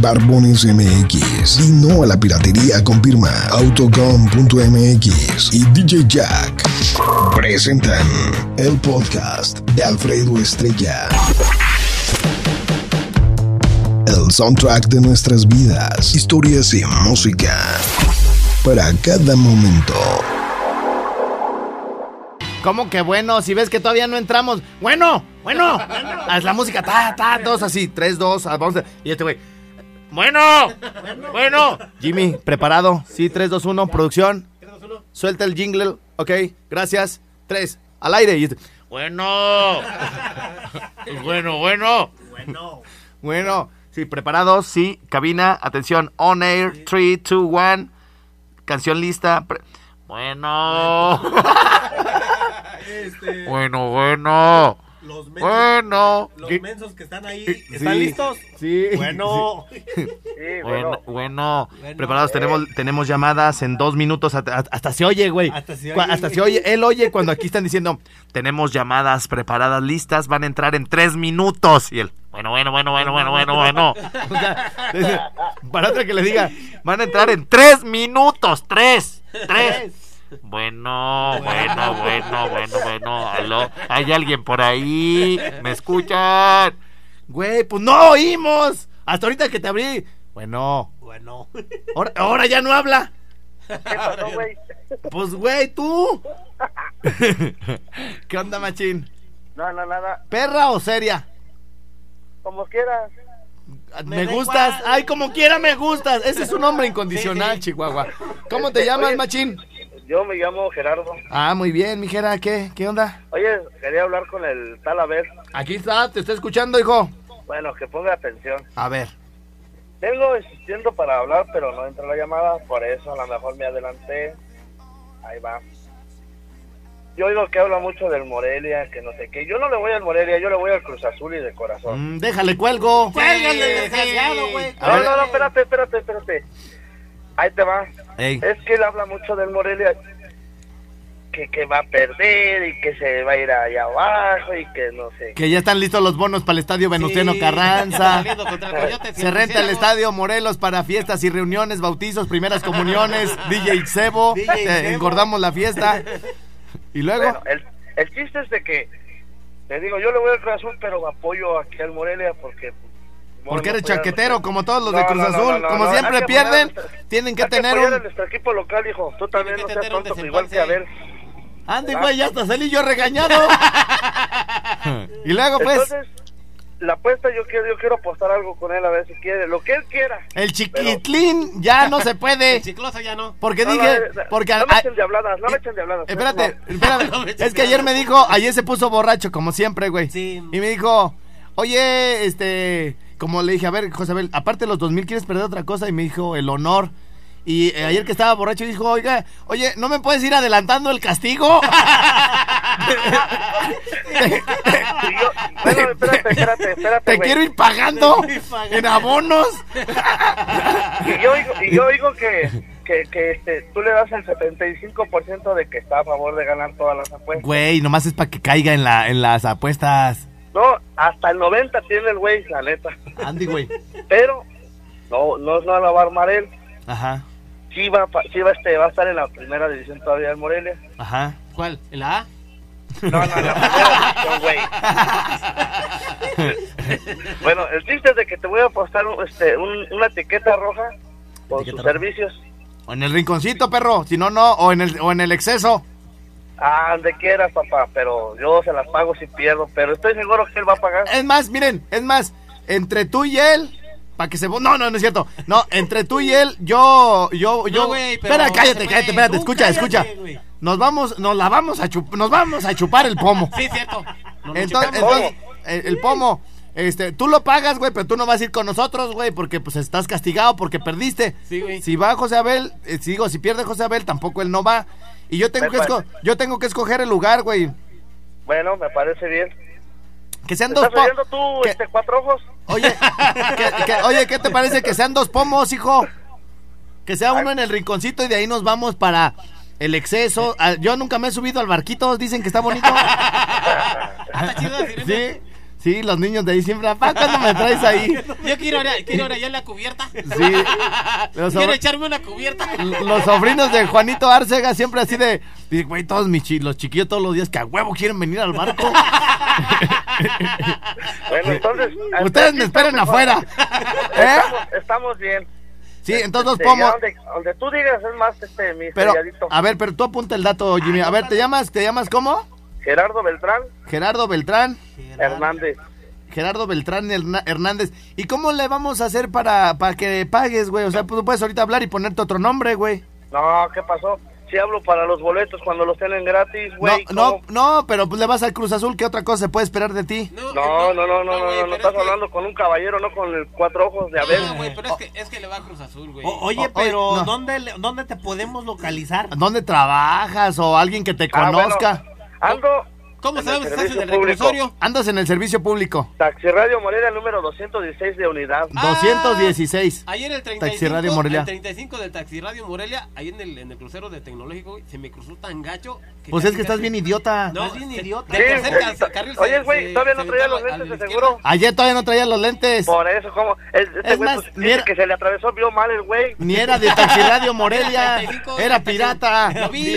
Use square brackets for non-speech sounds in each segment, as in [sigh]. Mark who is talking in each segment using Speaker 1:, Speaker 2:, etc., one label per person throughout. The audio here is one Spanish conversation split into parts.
Speaker 1: Barbones MX. Y no a la piratería con firma Autocom.mx y DJ Jack presentan el podcast de Alfredo Estrella. El soundtrack de nuestras vidas, historias y música para cada momento.
Speaker 2: ¿Cómo que bueno? Si ves que todavía no entramos. Bueno, bueno. Haz la música, ta, ta, dos así, tres, dos, ah, vamos. a- Y este güey. Bueno, bueno. Jimmy, preparado. Sí, tres, dos, uno, producción. Suelta el jingle, ok, gracias. Tres, al aire. Y este, bueno, Pues bueno, bueno. Bueno, sí, preparados, sí, cabina, atención, on air, 3, 2, 1, canción lista. pre- bueno. Bueno, bueno.
Speaker 3: Los mensos,
Speaker 2: Bueno.
Speaker 3: los
Speaker 2: Ah, ¿Qué? Eh,
Speaker 3: mensos que están ahí,
Speaker 2: Sí.
Speaker 3: ¿están
Speaker 2: [laughs]
Speaker 3: listos?
Speaker 2: Sí.
Speaker 3: Bueno,
Speaker 2: Bueno, bueno. preparados, tenemos, tenemos llamadas en dos minutos. Hasta, hasta se oye, güey.
Speaker 3: Hasta se
Speaker 2: Cu-
Speaker 3: oye,
Speaker 2: hasta
Speaker 3: güey.
Speaker 2: se oye. Él oye cuando aquí están diciendo, tenemos llamadas preparadas, listas, van a entrar en tres minutos. Y él, bueno, bueno, bueno, bueno, bueno, bueno,
Speaker 3: [laughs]
Speaker 2: bueno. O sea, dice, para otra que le diga, van a entrar en tres minutos, tres, tres. Bueno, bueno, bueno, bueno, bueno. Aló, hay alguien por ahí. ¿Me escuchan? Güey, pues no oímos. Hasta ahorita que te abrí. Bueno,
Speaker 3: bueno.
Speaker 2: ahora, ahora ya no habla.
Speaker 4: No, güey.
Speaker 2: Pues, güey, tú. ¿Qué onda, machín?
Speaker 4: No, no, nada.
Speaker 2: ¿Perra o seria?
Speaker 4: Como quieras.
Speaker 2: Me,
Speaker 3: da
Speaker 2: gustas.
Speaker 3: igual.
Speaker 2: Ay, como quiera me gustas. Ese es un hombre incondicional, Chihuahua. ¿Cómo te
Speaker 4: Este,
Speaker 2: llamas,
Speaker 4: oye.
Speaker 2: machín?
Speaker 4: Yo me llamo Gerardo.
Speaker 2: Ah, muy bien, mijera. ¿Qué? ¿Qué onda?
Speaker 4: Oye, quería hablar con el tal Abel.
Speaker 2: Aquí está, te estoy escuchando, hijo.
Speaker 4: Bueno, que ponga atención.
Speaker 2: A ver.
Speaker 4: Vengo insistiendo para hablar, pero no entra la llamada. Por eso a lo mejor me adelanté. Ahí va. Yo oigo que habla mucho del Morelia, que no sé qué. Yo no le voy al Morelia, yo le voy al Cruz Azul y de corazón.
Speaker 2: Mm, déjale, cuelgo.
Speaker 3: Cuélgale, desgraciado, güey.
Speaker 2: A
Speaker 4: No,
Speaker 2: ver.
Speaker 4: no, no, espérate, espérate, espérate. Ahí te va.
Speaker 2: Ey.
Speaker 4: Es que él habla mucho del Morelia, que, que va a perder y que se va a ir allá abajo y que no sé. qué.
Speaker 2: Que ya están listos los bonos para el estadio
Speaker 4: [laughs]
Speaker 2: Venustiano Carranza.
Speaker 3: Saliendo contra el Coyote,
Speaker 2: Se renta el estadio Morelos para fiestas y reuniones, bautizos, primeras
Speaker 4: [laughs]
Speaker 2: comuniones, DJ Cebo,
Speaker 3: DJ
Speaker 2: eh,
Speaker 3: Cebo.
Speaker 2: engordamos la fiesta. Y luego,
Speaker 4: Bueno, el, el chiste es de que, te digo, yo le voy al Cruz Azul, pero apoyo aquí al Morelia porque... pues,
Speaker 2: porque
Speaker 4: no
Speaker 2: eres
Speaker 4: puede-
Speaker 2: chaquetero como todos los de
Speaker 4: No,
Speaker 2: Cruz
Speaker 4: no, no,
Speaker 2: Azul,
Speaker 4: no, no,
Speaker 2: como
Speaker 4: no,
Speaker 2: siempre
Speaker 4: hay que
Speaker 2: pierden,
Speaker 4: apoyar al-
Speaker 2: tienen que
Speaker 4: hay
Speaker 2: tener
Speaker 4: apoyar a
Speaker 2: un...
Speaker 4: nuestro equipo local, hijo. Tú también
Speaker 3: que
Speaker 4: no seas
Speaker 3: tener un
Speaker 4: tonto, igual que a ver.
Speaker 3: desembolse
Speaker 2: Andy, güey, ya hasta salí
Speaker 4: [laughs]
Speaker 2: yo regañado. y luego, pues,
Speaker 4: Entonces, la apuesta yo quiero, yo quiero apostar algo con él a ver si quiere, lo que él quiera.
Speaker 2: el chiquitlín ya no se
Speaker 3: El
Speaker 2: puede,
Speaker 3: chicloso ya no.
Speaker 2: porque
Speaker 4: No, no,
Speaker 2: dije...
Speaker 4: no,
Speaker 2: porque
Speaker 4: no
Speaker 2: a- eh,
Speaker 4: me echen de habladas, no me echen de habladas. eh,
Speaker 2: Espérate,
Speaker 4: No.
Speaker 2: espérame.
Speaker 3: [laughs] No me eches
Speaker 2: es que ayer me dijo, ayer se puso borracho, como siempre, güey.
Speaker 3: Sí.
Speaker 2: Y me dijo, oye, este, como le dije, a ver, Josabel, aparte de los 2000, ¿quieres perder otra cosa? Y me dijo, el honor. Y eh, ayer que estaba borracho dijo, oiga, oye, ¿no me puedes ir adelantando el
Speaker 3: [laughs]
Speaker 2: castigo? [laughs]
Speaker 4: Y yo- bueno, espérate, espérate, espérate.
Speaker 2: [laughs] Te
Speaker 4: güey.
Speaker 2: quiero ir pagando
Speaker 3: Te quiero ir pagando.
Speaker 2: en abonos.
Speaker 4: Y yo oigo, y yo oigo que, que, que, este, tú le das el 75% de que está a favor de ganar todas las apuestas.
Speaker 2: Güey, nomás es para que caiga en, la, en las apuestas.
Speaker 4: No, hasta el 90% tiene el güey, la neta.
Speaker 2: Andy, güey.
Speaker 4: Pero no, no, no la va a armar él.
Speaker 2: Ajá,
Speaker 4: Sí va, pa- sí va, este, va a estar en la primera división todavía del Morelia.
Speaker 2: ajá.
Speaker 3: ¿Cuál? ¿El [laughs] A?
Speaker 4: No, no, en la primera división,
Speaker 2: [laughs]
Speaker 4: güey. Bueno, el chiste es de que te voy a apostar un- este, un- una etiqueta roja por sus
Speaker 2: Etiqueta roja.
Speaker 4: servicios.
Speaker 2: O en el rinconcito, perro. Si no, no. O en el, o en el exceso.
Speaker 4: Ah, donde quieras, papá, pero yo se las pago si pierdo, pero estoy seguro que él va a pagar.
Speaker 2: Es más, miren, es más. Entre tú y él, Para que se... vo- No, no, no es cierto. No, entre tú y él, yo... yo, yo
Speaker 3: güey, pero
Speaker 2: espera,
Speaker 3: se
Speaker 2: cállate,
Speaker 3: puede.
Speaker 2: cállate, espérate,
Speaker 3: Tú
Speaker 2: escucha,
Speaker 3: cállate,
Speaker 2: escucha.
Speaker 3: güey.
Speaker 2: Nos vamos, nos la vamos a chupar, nos vamos a chupar el pomo.
Speaker 3: Sí, cierto. Nos lo
Speaker 2: Entonces,
Speaker 3: chupamos.
Speaker 2: entonces, el, el pomo, este, tú lo pagas, güey, pero tú no vas a ir con nosotros, güey, porque pues estás castigado porque perdiste.
Speaker 3: Sí, güey.
Speaker 2: Si va José Abel, eh, si digo, si pierde José Abel, tampoco él no va. Y yo tengo
Speaker 4: Me
Speaker 2: que esco-
Speaker 4: parece.
Speaker 2: yo tengo que escoger el lugar, güey.
Speaker 4: Bueno, me parece bien.
Speaker 2: Que sean dos
Speaker 4: ¿Estás oyendo
Speaker 2: pomos.
Speaker 4: tú,
Speaker 2: ¿Qué?
Speaker 4: este, cuatro ojos?
Speaker 2: [laughs] Oye, que- que- oye, ¿qué te parece que sean dos pomos, hijo? Que sea uno en el rinconcito y de ahí nos vamos para el exceso. Ah, Yo nunca me he subido al barquito, dicen que está
Speaker 3: [laughs]
Speaker 2: bonito.
Speaker 3: Está chido la sirena.
Speaker 2: Sí, sí, los niños de ahí siempre, papá, ¿cuándo me traes
Speaker 3: [laughs]
Speaker 2: ahí?
Speaker 3: Yo quiero ir, a- quiero ir allá en la cubierta.
Speaker 2: Sí. Los,
Speaker 3: Quiero
Speaker 2: sobr-
Speaker 3: echarme una
Speaker 2: [laughs]
Speaker 3: cubierta.
Speaker 2: los sobrinos de Juanito Arcega siempre así de, dice, güey, todos mis chi- los chiquillos todos los días que a huevo quieren venir al barco.
Speaker 4: Bueno, entonces...
Speaker 2: Ustedes me esperan afuera. ¿Eh?
Speaker 4: Estamos, estamos bien.
Speaker 2: Sí, entonces
Speaker 4: Este,
Speaker 2: los pomos.
Speaker 4: ya donde, donde tú digas es más, este, mi
Speaker 2: Pero,
Speaker 4: selladito.
Speaker 2: a ver, pero tú apunta el dato, Jimmy.
Speaker 5: Ah,
Speaker 2: A ver, ¿te llamas? ¿Te llamas cómo?
Speaker 4: Gerardo Beltrán
Speaker 2: Gerardo Beltrán.
Speaker 4: Hernández.
Speaker 2: Gerardo Beltrán Herna- Hernández. ¿Y cómo le vamos a hacer para, para que pagues, güey? O sea, pues, tú puedes ahorita hablar y ponerte otro nombre, güey.
Speaker 4: No, ¿qué pasó? Si hablo para los boletos cuando los tienen gratis, güey.
Speaker 2: no,
Speaker 4: ¿cómo?
Speaker 2: no, no, pero pues le vas al Cruz Azul. ¿Qué otra cosa se puede esperar de ti?
Speaker 4: No, no, no, no, no, no,
Speaker 3: güey,
Speaker 4: no,
Speaker 3: pero
Speaker 4: estás
Speaker 3: es que-
Speaker 4: hablando con un caballero, no con el cuatro ojos de Abel.
Speaker 3: No, güey, pero
Speaker 2: Oh.
Speaker 3: es que, es que le va a Cruz Azul, güey.
Speaker 5: O- oye,
Speaker 2: O-
Speaker 5: pero
Speaker 2: oye, no.
Speaker 5: ¿dónde, le- ¿dónde te podemos localizar?
Speaker 2: ¿Dónde trabajas o alguien que te
Speaker 4: Ah, bueno,
Speaker 2: conozca?
Speaker 4: ando
Speaker 3: ¿Cómo
Speaker 4: en el
Speaker 3: sabes que estás en
Speaker 4: servicio
Speaker 3: el
Speaker 4: público.
Speaker 3: reclusorio?
Speaker 2: Andas en el servicio público.
Speaker 4: Taxi Radio Morelia número 216 de unidad.
Speaker 3: Ah.
Speaker 2: 216.
Speaker 3: Ayer el 35,
Speaker 2: Taxi Radio Morelia.
Speaker 3: el 35 del Taxi Radio Morelia, ahí en el, en el crucero de Tecnológico, güey, se me cruzó tan gacho.
Speaker 2: Pues
Speaker 3: casi,
Speaker 2: es que estás
Speaker 3: casi-
Speaker 2: bien idiota.
Speaker 3: No,
Speaker 5: Estás bien
Speaker 3: se-
Speaker 5: idiota.
Speaker 3: del
Speaker 4: Sí,
Speaker 3: tercer
Speaker 4: güey,
Speaker 3: ca- carril
Speaker 4: oye,
Speaker 3: se-
Speaker 4: güey,
Speaker 3: se-
Speaker 4: todavía no
Speaker 3: se
Speaker 4: traía
Speaker 3: aventaba
Speaker 4: los lentes
Speaker 3: a la
Speaker 4: de
Speaker 3: izquierda.
Speaker 4: seguro.
Speaker 2: Ayer todavía no traía los lentes.
Speaker 4: Por eso, como este
Speaker 2: Ah, Es
Speaker 4: güey
Speaker 2: más,
Speaker 4: pues,
Speaker 2: mira-
Speaker 4: dice que se le atravesó, vio mal el güey.
Speaker 2: Ni era de Taxiradio Morelia.
Speaker 3: 35,
Speaker 2: Era
Speaker 3: 35.
Speaker 2: pirata.
Speaker 3: Lo vi,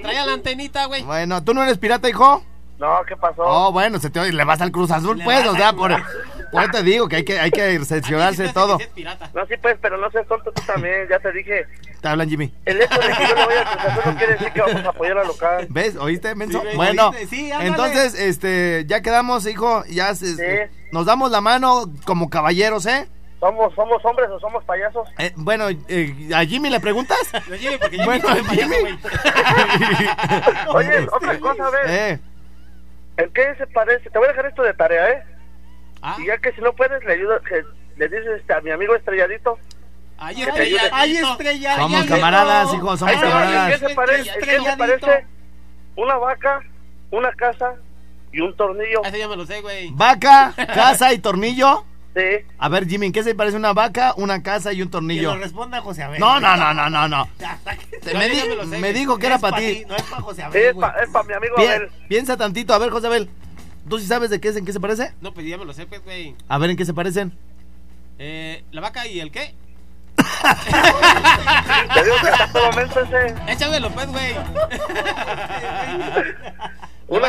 Speaker 3: traía la antenita, güey.
Speaker 2: Bueno, ¿tú no eres pirata, hijo?
Speaker 4: No, ¿qué pasó?
Speaker 2: Oh, bueno, se te oye, le vas al Cruz Azul,
Speaker 5: Le
Speaker 2: pues,
Speaker 5: vas
Speaker 2: o
Speaker 5: al
Speaker 2: sea,
Speaker 5: Cruz
Speaker 2: por, por eso te digo que hay que, hay que
Speaker 3: Sí,
Speaker 2: cerciorarse
Speaker 3: sí,
Speaker 2: todo.
Speaker 3: sí, es pirata.
Speaker 4: No, sí, pues, pero no seas tonto tú también, ya te dije.
Speaker 2: Te hablan, Jimmy.
Speaker 4: El hecho de que yo le vaya al Cruz Azul no quiere decir que vamos a apoyar a local.
Speaker 2: ¿Ves? ¿Oíste, menso?
Speaker 5: Sí, güey,
Speaker 2: bueno,
Speaker 5: ¿oíste? Sí, ándale.
Speaker 2: entonces, este, ya quedamos, hijo, ya se-
Speaker 4: Sí.
Speaker 2: nos damos la mano como caballeros, ¿eh?
Speaker 4: ¿Somos, somos hombres o somos payasos?
Speaker 2: Eh, bueno, eh, ¿a Jimmy
Speaker 4: [laughs]
Speaker 2: le preguntas?
Speaker 3: Lo lleve porque ya
Speaker 2: Bueno,
Speaker 3: me hizo el payaso,
Speaker 2: Jimmy.
Speaker 3: güey.
Speaker 4: Oye, otra cosa, a ver.
Speaker 2: Ah, este, Eh,
Speaker 4: ¿En qué se parece? Te voy a dejar esto de tarea, ¿eh?
Speaker 3: Ah,
Speaker 4: Y ya que si no puedes, le ayudas, que le dices este, a mi amigo estrelladito.
Speaker 3: ahí
Speaker 4: te ayude.
Speaker 3: estrella.
Speaker 5: Hay estrella.
Speaker 2: somos
Speaker 5: ya
Speaker 2: camaradas,
Speaker 5: vieron.
Speaker 2: hijo, somos
Speaker 4: Ahí te va, ¿En
Speaker 2: camaradas.
Speaker 4: qué se parece? ¿En qué se
Speaker 5: Estrelladito.
Speaker 4: parece? Una vaca, una casa y un tornillo.
Speaker 3: Ese ya me lo sé, güey.
Speaker 2: Vaca, casa y tornillo.
Speaker 4: Sí.
Speaker 2: A ver, Jimmy, ¿en qué se parece una vaca, una casa y un
Speaker 5: Que
Speaker 2: tornillo?
Speaker 5: lo responda José Abel.
Speaker 2: No, no, no, no, no, no. Te-
Speaker 3: No,
Speaker 2: me,
Speaker 3: yo
Speaker 2: di-
Speaker 3: ya me lo sé,
Speaker 2: me
Speaker 3: güey.
Speaker 2: dijo que era para ti.
Speaker 5: No es para José
Speaker 4: Sí,
Speaker 5: Abel,
Speaker 4: es
Speaker 5: güey.
Speaker 4: para mi amigo
Speaker 2: Pien-
Speaker 4: Abel.
Speaker 2: piensa tantito, a ver, José Abel. ¿Tú sí sabes de qué es, en qué se parece?
Speaker 3: No, pues ya me lo sé, pues, güey.
Speaker 2: A ver, ¿en qué se parecen?
Speaker 3: Eh, la vaca y el qué?
Speaker 4: Te digo que está todo momento
Speaker 2: [laughs]
Speaker 4: ese.
Speaker 3: Échamelo, pues, güey.
Speaker 4: Una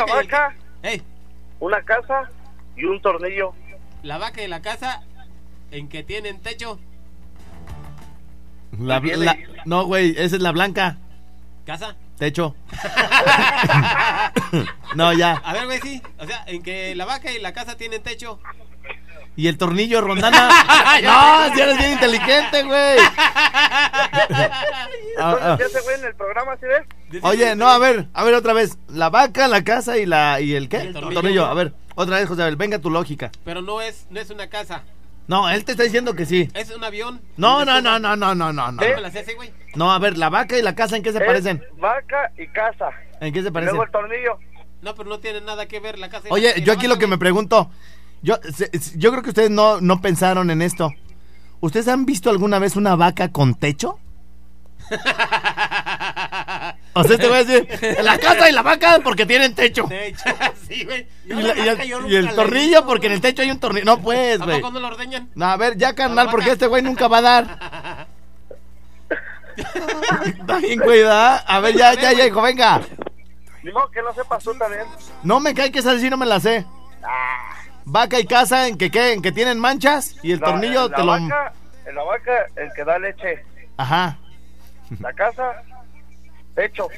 Speaker 3: La vaca y el
Speaker 4: vaca,
Speaker 3: qué? Ey,
Speaker 4: una casa y un tornillo.
Speaker 3: la vaca y la casa en que tienen techo.
Speaker 2: La-
Speaker 4: tiene-
Speaker 2: la- no, güey, esa es la blanca.
Speaker 3: ¿Casa?
Speaker 2: [laughs] Techo. no, ya.
Speaker 3: A ver, güey, sí. O sea, en que la vaca y la casa tienen techo.
Speaker 2: Y el tornillo [laughs] rondana. no, si eres bien inteligente, [laughs] güey. Ah,
Speaker 4: Entonces,
Speaker 2: ah.
Speaker 4: ya se güey en el programa, ¿sí ves?
Speaker 2: Oye, no, a ver, a ver otra vez. La vaca, la casa y la y el qué?
Speaker 3: el tornillo.
Speaker 2: A ver, otra vez, José Abel, venga tu lógica.
Speaker 3: Pero no es, no es una casa.
Speaker 2: No, él te está diciendo que sí.
Speaker 3: Es un avión.
Speaker 2: No, no, no, no, no, no, no, no.
Speaker 3: ¿Cómo me la sé, sí, güey?
Speaker 2: No, a ver, la vaca y la casa, ¿en qué se
Speaker 4: Es
Speaker 2: parecen?
Speaker 4: Vaca y casa.
Speaker 2: ¿En qué se
Speaker 4: Y
Speaker 2: parecen?
Speaker 4: Luego el tornillo.
Speaker 3: No, pero no tiene nada que ver la casa. y la- y
Speaker 2: Oye,
Speaker 3: la
Speaker 2: yo aquí
Speaker 3: vaca,
Speaker 2: lo que me
Speaker 3: güey.
Speaker 2: pregunto, yo, se- se- yo creo que ustedes no, no pensaron en esto. ¿Ustedes han visto alguna vez una vaca con techo? O sea, este te voy a decir, la casa y la vaca porque tienen techo.
Speaker 5: De hecho.
Speaker 3: sí, güey. [laughs]
Speaker 2: Y,
Speaker 5: Yo
Speaker 2: la- y
Speaker 5: la vaca yo
Speaker 2: el, y el
Speaker 5: nunca la he
Speaker 2: tornillo
Speaker 5: visto,
Speaker 2: porque en el techo hay un tornillo. No, pues,
Speaker 3: ¿A
Speaker 2: güey.
Speaker 3: poco no lo ordeñan?
Speaker 2: No, a ver, ya carnal,
Speaker 3: La
Speaker 2: porque
Speaker 3: vaca.
Speaker 2: este güey nunca va a dar. Está bien, güey, ¿verdad? A ver, ya, ya, ya, hijo, venga.
Speaker 4: Ni modo que no sepas tú también.
Speaker 2: No me cae que esa sí no me la sé. Vaca y casa en que qué, en que tienen manchas y el
Speaker 4: Ah. La-
Speaker 2: tornillo
Speaker 4: la
Speaker 2: te lo.
Speaker 4: Vaca, la vaca, el que da leche.
Speaker 2: Ajá.
Speaker 4: La casa,
Speaker 2: [laughs]
Speaker 4: techo.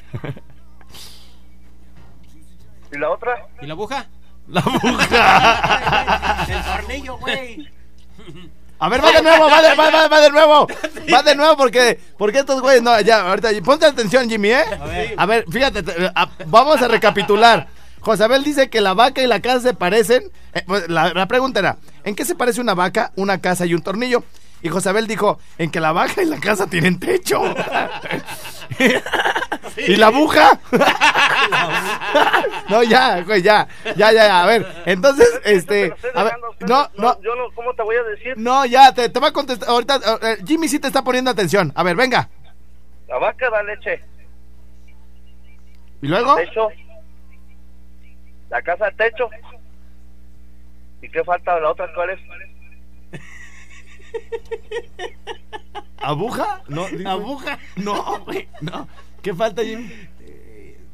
Speaker 4: ¿Y la otra?
Speaker 3: ¿Y [laughs] la aguja?
Speaker 2: La aguja.
Speaker 5: El tornillo, güey.
Speaker 2: A ver, va de nuevo, va de, va, va- va de nuevo. Va de nuevo porque, porque estos güeyes. No, ya, ahorita. Ponte atención, Jimmy, ¿eh? A ver, fíjate. te- eh, a- vamos a recapitular. Josabel dice que la vaca y la casa se parecen. Eh, pues, la, la pregunta era: ¿en qué se parece una vaca, una casa y un tornillo? Y Josabel dijo: en que la vaca y la casa tienen techo. [laughs] ¿Y la aguja? [laughs] no, ya, güey, ya. Ya, ya, ya. A ver, entonces, este. A ver, no, no.
Speaker 4: Yo no, ¿cómo te voy a decir?
Speaker 2: No, ya, te, te va a contestar. Ahorita, eh, Jimmy sí te está poniendo atención. A ver, venga.
Speaker 4: La vaca da leche,
Speaker 2: ¿Y luego?
Speaker 4: techo. La casa, techo. ¿Y qué falta? ¿La otra cuál es?
Speaker 2: ¿Aguja? [laughs] No,
Speaker 5: Aguja.
Speaker 2: No, güey, no. ¿Qué falta, Jimmy?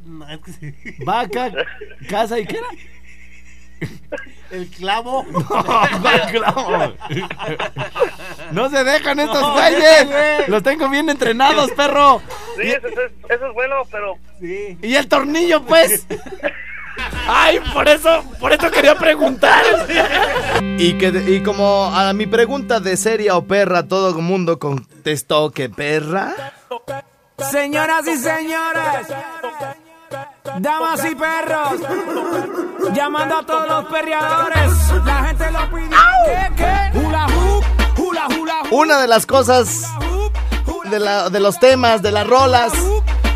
Speaker 5: No, es que sí.
Speaker 2: Vaca, casa y qué [laughs] era?
Speaker 5: El clavo.
Speaker 2: claro. No se dejan estos
Speaker 5: No,
Speaker 2: güeyes.
Speaker 5: güey.
Speaker 2: Los tengo bien entrenados, perro.
Speaker 4: Sí, eso, es- eso es bueno, pero
Speaker 5: Sí.
Speaker 2: ¿Y el tornillo, pues? Ay, por eso, por eso quería preguntar. Y, que, y como a mi pregunta de seria o perra, todo el mundo contestó que perra.
Speaker 6: Señoras y señores, damas y perros, llamando a todos los perreadores. La gente lo pide. ¿Qué? ¿Qué? Hula hoop, hula hula hoop,
Speaker 2: Una de las cosas,
Speaker 6: hoop, hula
Speaker 2: de, la- de los temas, de las rolas,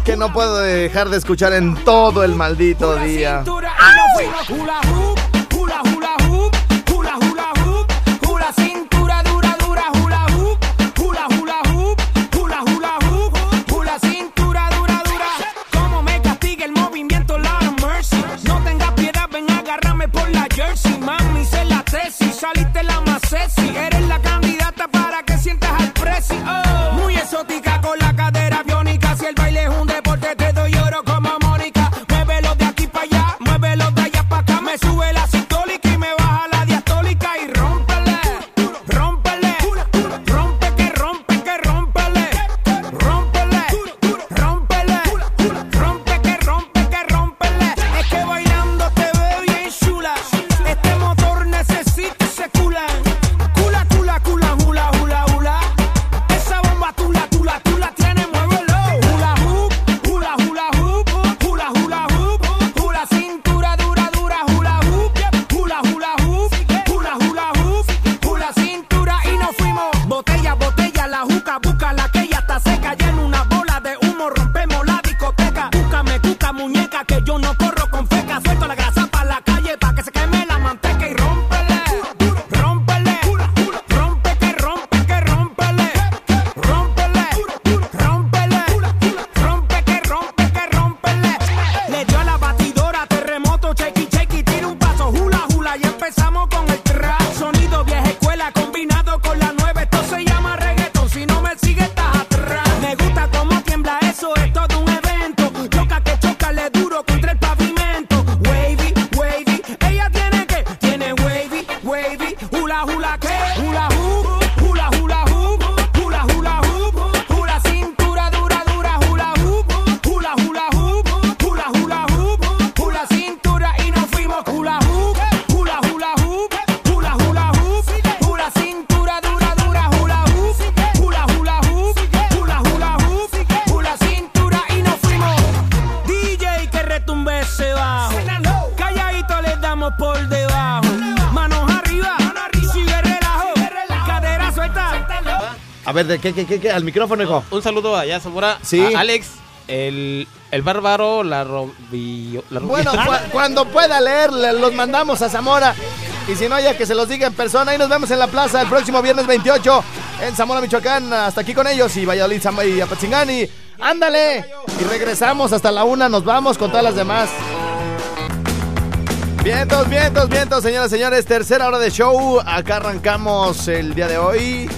Speaker 2: que no puedo dejar de escuchar en todo el maldito día.
Speaker 6: cintura y nos fuimos. Hula hoop, hula hula hoop, hula hula hoop, hula cintura dura dura hula hoop, hula hula hoop, hula hula hoop, hula cintura dura dura. Como me castiga el movimiento Lord of Mercy. No tengas piedad, ven agárrame por la jersey, mami, sé la tesis, saliste la más sexy, eres la candidata para que sientas al presi. Oh. Muy exótica con la cadera biónica, si el baile es un deporte te doy oro como Mónica. Muévelo de aquí para allá, muévelo de allá para acá, me sube la sistólica y me baja la diastólica y rómpele, rómpele, rompe que rompe que rómpele, rómpele, rómpele, rompe que rompe que rómpele. Es que bailando te veo bien chula, este motor necesita ese cula, cula cula cula hula hula hula. Esa bomba tú la, tú la, tú la tienes, muévelo. Hula hoop, hula hula hoop, hula hula hoop, hula cintura dura dura hula hoop, hula hula hoop, hula hula hoop, hula cintura y nos fuimos. Botella, botella, la juca, busca la que ya está seca, ya en una bola de humo rompemos la discoteca. Búscame, cuca, muñeca, que yo no corro con feca, suelto la grasa para la calle para que se queme la manteca y rómpele, rómpele, rompe que rompe que rompele, rompele, rompele, rompe que rompe que rompele. Le dio a la batidora, terremoto, chequi chequi, tira un paso, hula hula y empezamos con el trap. Sonido vieja escuela combinado con la nueva, esto se llama reggaeton, si no me sigue estás atrás. Me gusta cómo tiembla eso, es todo un evento, choca que choca, le duro contra el pavimento. Wavy, wavy, ella tiene que, tiene wavy, wavy, hula hula que, hula hoop, hula hula hoop, hula hula hoop, hula cintura dura dura hula hoop, hula hula hoop, hula hula hoop, hula cintura y nos fuimos hula hoop, hula hula hoop, hula hula hoop, hula cintura dura dura hula hoop, hula hula hoop, hula hula hoop, hula cintura y nos fuimos. DJ que retumbe ese bajo. Calladito le damos por debajo. Manos arriba, sigue relajo. Cadera suelta.
Speaker 2: A ver, ¿de qué, qué, qué, qué? Al micrófono, hijo.
Speaker 3: Un saludo allá, Zamora.
Speaker 2: Sí.
Speaker 3: A Alex, el, el bárbaro, la robio. La
Speaker 2: Bueno,
Speaker 3: Rubio- [laughs]
Speaker 2: cua- cuando pueda leerle, los mandamos a Zamora. Y si no, ya que se los diga en persona. Y nos vemos en la plaza el próximo viernes 28 en Zamora, Michoacán. Hasta aquí con ellos y Valladolid, Zamba y Apatzingán. Y ándale. Y regresamos hasta la una. Nos vamos con todas las demás. Vientos, vientos, vientos, señoras y señores. Tercera hora de show. Acá arrancamos el día de hoy.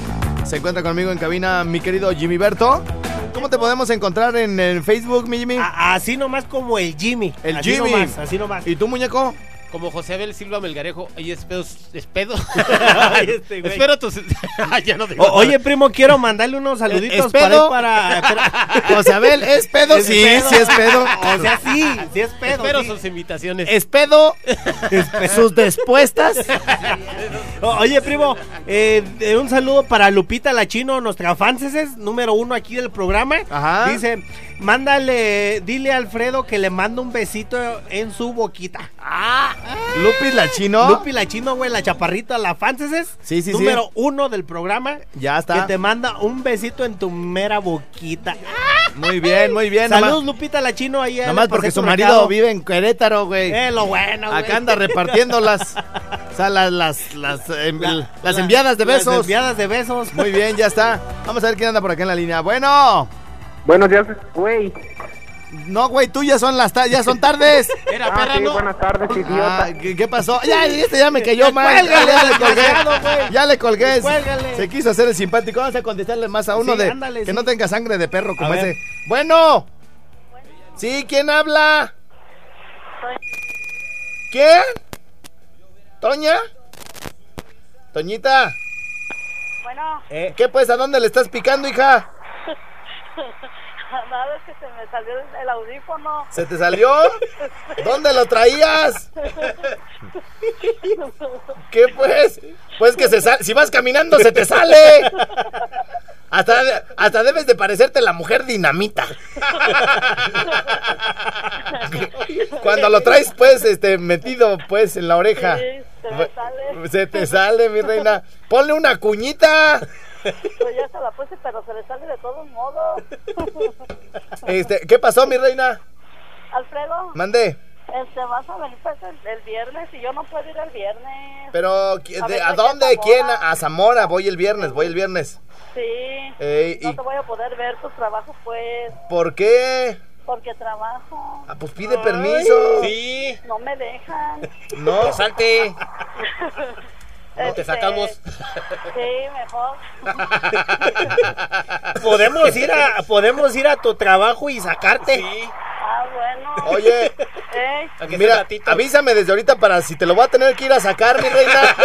Speaker 2: Se encuentra conmigo en cabina mi querido Jimmy Berto. ¿Cómo te podemos encontrar en,
Speaker 3: Ah,
Speaker 2: en Facebook, mi Jimmy?
Speaker 5: A- así nomás como el Jimmy.
Speaker 2: El
Speaker 5: así
Speaker 2: Jimmy.
Speaker 5: Nomás, así nomás.
Speaker 2: ¿Y tú, muñeco?
Speaker 3: Como José Abel Silva Melgarejo, ahí es pedo. Es pedo.
Speaker 7: [laughs] Ay, este güey.
Speaker 3: Espero tus. [laughs] ya no digo
Speaker 7: O-
Speaker 3: nada.
Speaker 7: oye, primo, quiero mandarle unos saluditos para,
Speaker 2: pedo?
Speaker 7: él para, para-
Speaker 2: Ah, [laughs] O sea, Abel, [laughs] ¿es pedo?
Speaker 7: ¿Es
Speaker 2: sí,
Speaker 7: pedo?
Speaker 2: sí es pedo.
Speaker 7: O sea, sí, sí es pedo.
Speaker 3: espero
Speaker 7: sí.
Speaker 3: sus invitaciones.
Speaker 2: ¿Es pedo? ¿Sus despuestas?
Speaker 7: O- Oye, primo, eh, eh, un saludo para Lupita la Chino, nuestra fanses, número uno aquí del programa.
Speaker 2: Ajá.
Speaker 7: Dice, mándale, dile a Alfredo que le mando un besito en su boquita.
Speaker 2: ¿Lupis la chino?
Speaker 7: Lupi la Chino, güey, la chaparrita, la fanses,
Speaker 2: Sí, sí, sí.
Speaker 7: número uno del programa.
Speaker 2: Ya está.
Speaker 7: Que te manda un besito en tu mera boquita.
Speaker 2: Ah, Muy bien, muy bien.
Speaker 7: Saludos,
Speaker 2: nomás,
Speaker 7: Lupita la Chino, ahí. eh,
Speaker 2: nomás
Speaker 7: le pasé
Speaker 2: porque
Speaker 7: tu
Speaker 2: su marido
Speaker 7: recado.
Speaker 2: vive en Querétaro, güey.
Speaker 7: Eh, lo bueno, güey.
Speaker 2: Acá anda repartiéndolas. O sea, las, las, las, em,
Speaker 7: [laughs] La-
Speaker 2: las enviadas de
Speaker 7: Las
Speaker 2: besos.
Speaker 7: enviadas de besos.
Speaker 2: Muy bien, ya está. Vamos a ver quién anda por acá en la línea. Bueno.
Speaker 8: Buenos días, güey.
Speaker 2: No, güey, tú ya son las ta- ya son [laughs] tardes.
Speaker 3: Era
Speaker 8: Ah,
Speaker 3: perra,
Speaker 8: sí,
Speaker 3: ¿no?
Speaker 8: buenas tardes, idiota.
Speaker 2: Ah, ¿qué, qué pasó? Ya, este ya me cayó mal.
Speaker 7: Cuélgale,
Speaker 2: ya le colgué.
Speaker 7: desgraciado, güey.
Speaker 2: Ya le colgué.
Speaker 7: Cuélgale.
Speaker 2: Se quiso hacer el simpático. Vamos a contestarle más a uno
Speaker 7: Sí,
Speaker 2: de
Speaker 7: ándale,
Speaker 2: que
Speaker 7: sí.
Speaker 2: no tenga sangre de perro como
Speaker 7: A ver.
Speaker 2: ese. Bueno. Sí, ¿quién habla? ¿Quién? ¿Toña? ¿Toñita?
Speaker 9: Bueno,
Speaker 7: Eh,
Speaker 2: ¿Qué pues? ¿A dónde le estás picando, hija?
Speaker 9: [laughs] nada es que se me salió el el audífono.
Speaker 2: ¿Se te salió? ¿Dónde lo
Speaker 9: [laughs]
Speaker 2: traías? ¿Qué pues? Pues que se sal- si vas caminando se te sale. Hasta, hasta debes de parecerte la mujer dinamita. Cuando lo traes pues este metido pues en la oreja.
Speaker 9: Sí, se me sale.
Speaker 2: Se te sale, mi reina. Ponle una cuñita.
Speaker 9: Pues ya se la puse, pero se le sale de todos modos.
Speaker 2: Este, ¿qué pasó, mi reina?
Speaker 9: Alfredo,
Speaker 2: Mandé.
Speaker 9: este, vas a venir pues, el, el viernes y yo no puedo ir el viernes.
Speaker 2: Pero ¿qui-
Speaker 9: A
Speaker 2: de-
Speaker 9: ver,
Speaker 2: ¿a
Speaker 9: vete a
Speaker 2: dónde?
Speaker 9: Zamora.
Speaker 2: ¿Quién? A Zamora, voy el viernes, voy el viernes.
Speaker 9: sí,
Speaker 2: Ey,
Speaker 9: no
Speaker 2: y-
Speaker 9: te voy a poder ver tus trabajos, pues,
Speaker 2: ¿Por qué?
Speaker 9: porque trabajo.
Speaker 2: Ah, pues pide permiso.
Speaker 3: Sí.
Speaker 9: No me dejan.
Speaker 2: No. pues
Speaker 9: [laughs]
Speaker 3: Salte.
Speaker 9: Este,
Speaker 3: te sacamos.
Speaker 9: Sí, mejor.
Speaker 7: podemos ir a podemos ir a tu trabajo y sacarte.
Speaker 9: Ah, bueno.
Speaker 2: Oye,
Speaker 9: Ey,
Speaker 2: mira, avísame desde ahorita para si te lo voy a tener que ir a sacar, mi reina.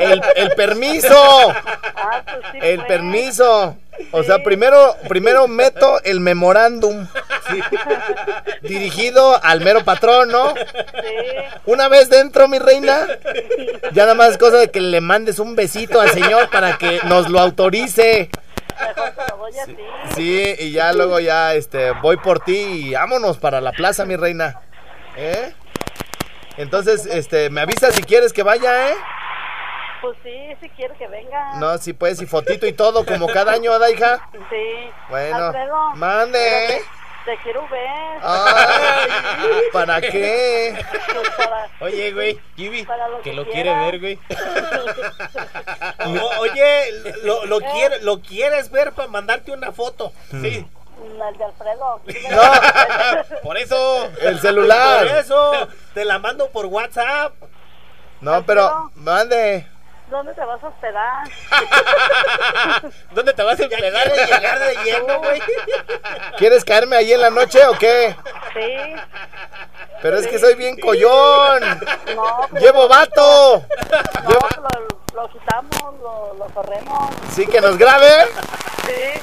Speaker 2: El, el permiso.
Speaker 9: ah, pues sí,
Speaker 2: El
Speaker 9: pues.
Speaker 2: permiso. O sea, primero, primero meto el memorándum. Dirigido al mero patrón, ¿no?
Speaker 9: Sí,
Speaker 2: Una vez dentro, mi reina, ya nada más es cosa de que le mandes un besito al señor para que nos lo autorice.
Speaker 9: mejor te lo doy a ti.
Speaker 2: Sí, y ya luego ya este voy por ti y vámonos para la plaza, mi reina. ¿Eh? Entonces, este, me avisas si quieres que vaya, ¿eh?
Speaker 9: Pues sí, si quiere que venga.
Speaker 2: No, sí pues, y fotito y todo, como cada año, ¿verdad, hija?
Speaker 9: Sí.
Speaker 2: Bueno,
Speaker 9: Alfredo,
Speaker 2: mande, ¿eh?
Speaker 9: Te quiero ver.
Speaker 2: Ay, ¿Para qué?
Speaker 9: Pues para,
Speaker 3: Oye, güey, Gibi,
Speaker 9: para lo
Speaker 3: que
Speaker 9: que
Speaker 3: lo quiere
Speaker 9: quieras.
Speaker 3: ver,
Speaker 9: [laughs]
Speaker 3: güey.
Speaker 7: O- oye, lo, lo,
Speaker 9: Eh.
Speaker 7: quiere- lo quieres ver para mandarte una foto.
Speaker 3: Sí,
Speaker 9: El de Alfredo.
Speaker 3: por eso.
Speaker 2: El celular.
Speaker 7: eso te la mando por WhatsApp.
Speaker 2: No, pero, mande.
Speaker 9: ¿Dónde te vas a hospedar?
Speaker 3: ¿Dónde te vas a empezar a llegar de lleno, güey?
Speaker 2: ¿Quieres caerme ahí en la noche o qué?
Speaker 9: Sí.
Speaker 2: Pero es que soy bien collón.
Speaker 9: No, pero
Speaker 2: Llevo vato.
Speaker 9: no, lo, lo quitamos, lo, lo corremos.
Speaker 2: Sí, que nos grabe.
Speaker 9: Sí.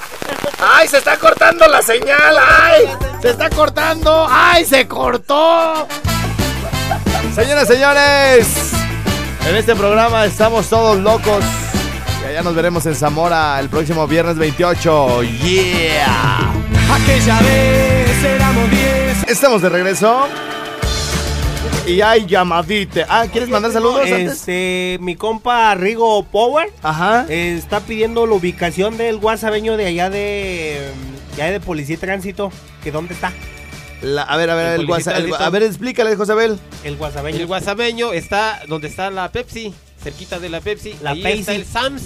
Speaker 2: ¡Ay, se está cortando la señal! ¡Ay! ¡Se está cortando! ¡Ay, se cortó! Señoras, señores, en este programa estamos todos locos. Y allá nos veremos en Zamora el próximo viernes 28. ¡Yeah!
Speaker 6: Aquella vez éramos diez.
Speaker 2: Estamos de regreso. Y hay llamadite. Ah, ¿quieres mandar saludos antes?
Speaker 7: Este, mi compa Rigo Power
Speaker 2: Ajá.
Speaker 7: eh, está pidiendo la ubicación del guasabeño de allá de mm, de allá de Policía y Tránsito, que dónde está
Speaker 2: La- a ver, a ver,
Speaker 3: el
Speaker 2: el WhatsApp. el-
Speaker 3: publicitario.
Speaker 2: a ver, explícale, Josabel.
Speaker 7: el
Speaker 3: El
Speaker 7: guasabeño.
Speaker 3: guasameño está donde está la Pepsi, cerquita de la Pepsi.
Speaker 7: La
Speaker 3: Ahí
Speaker 7: Pepsi.
Speaker 3: está el Sams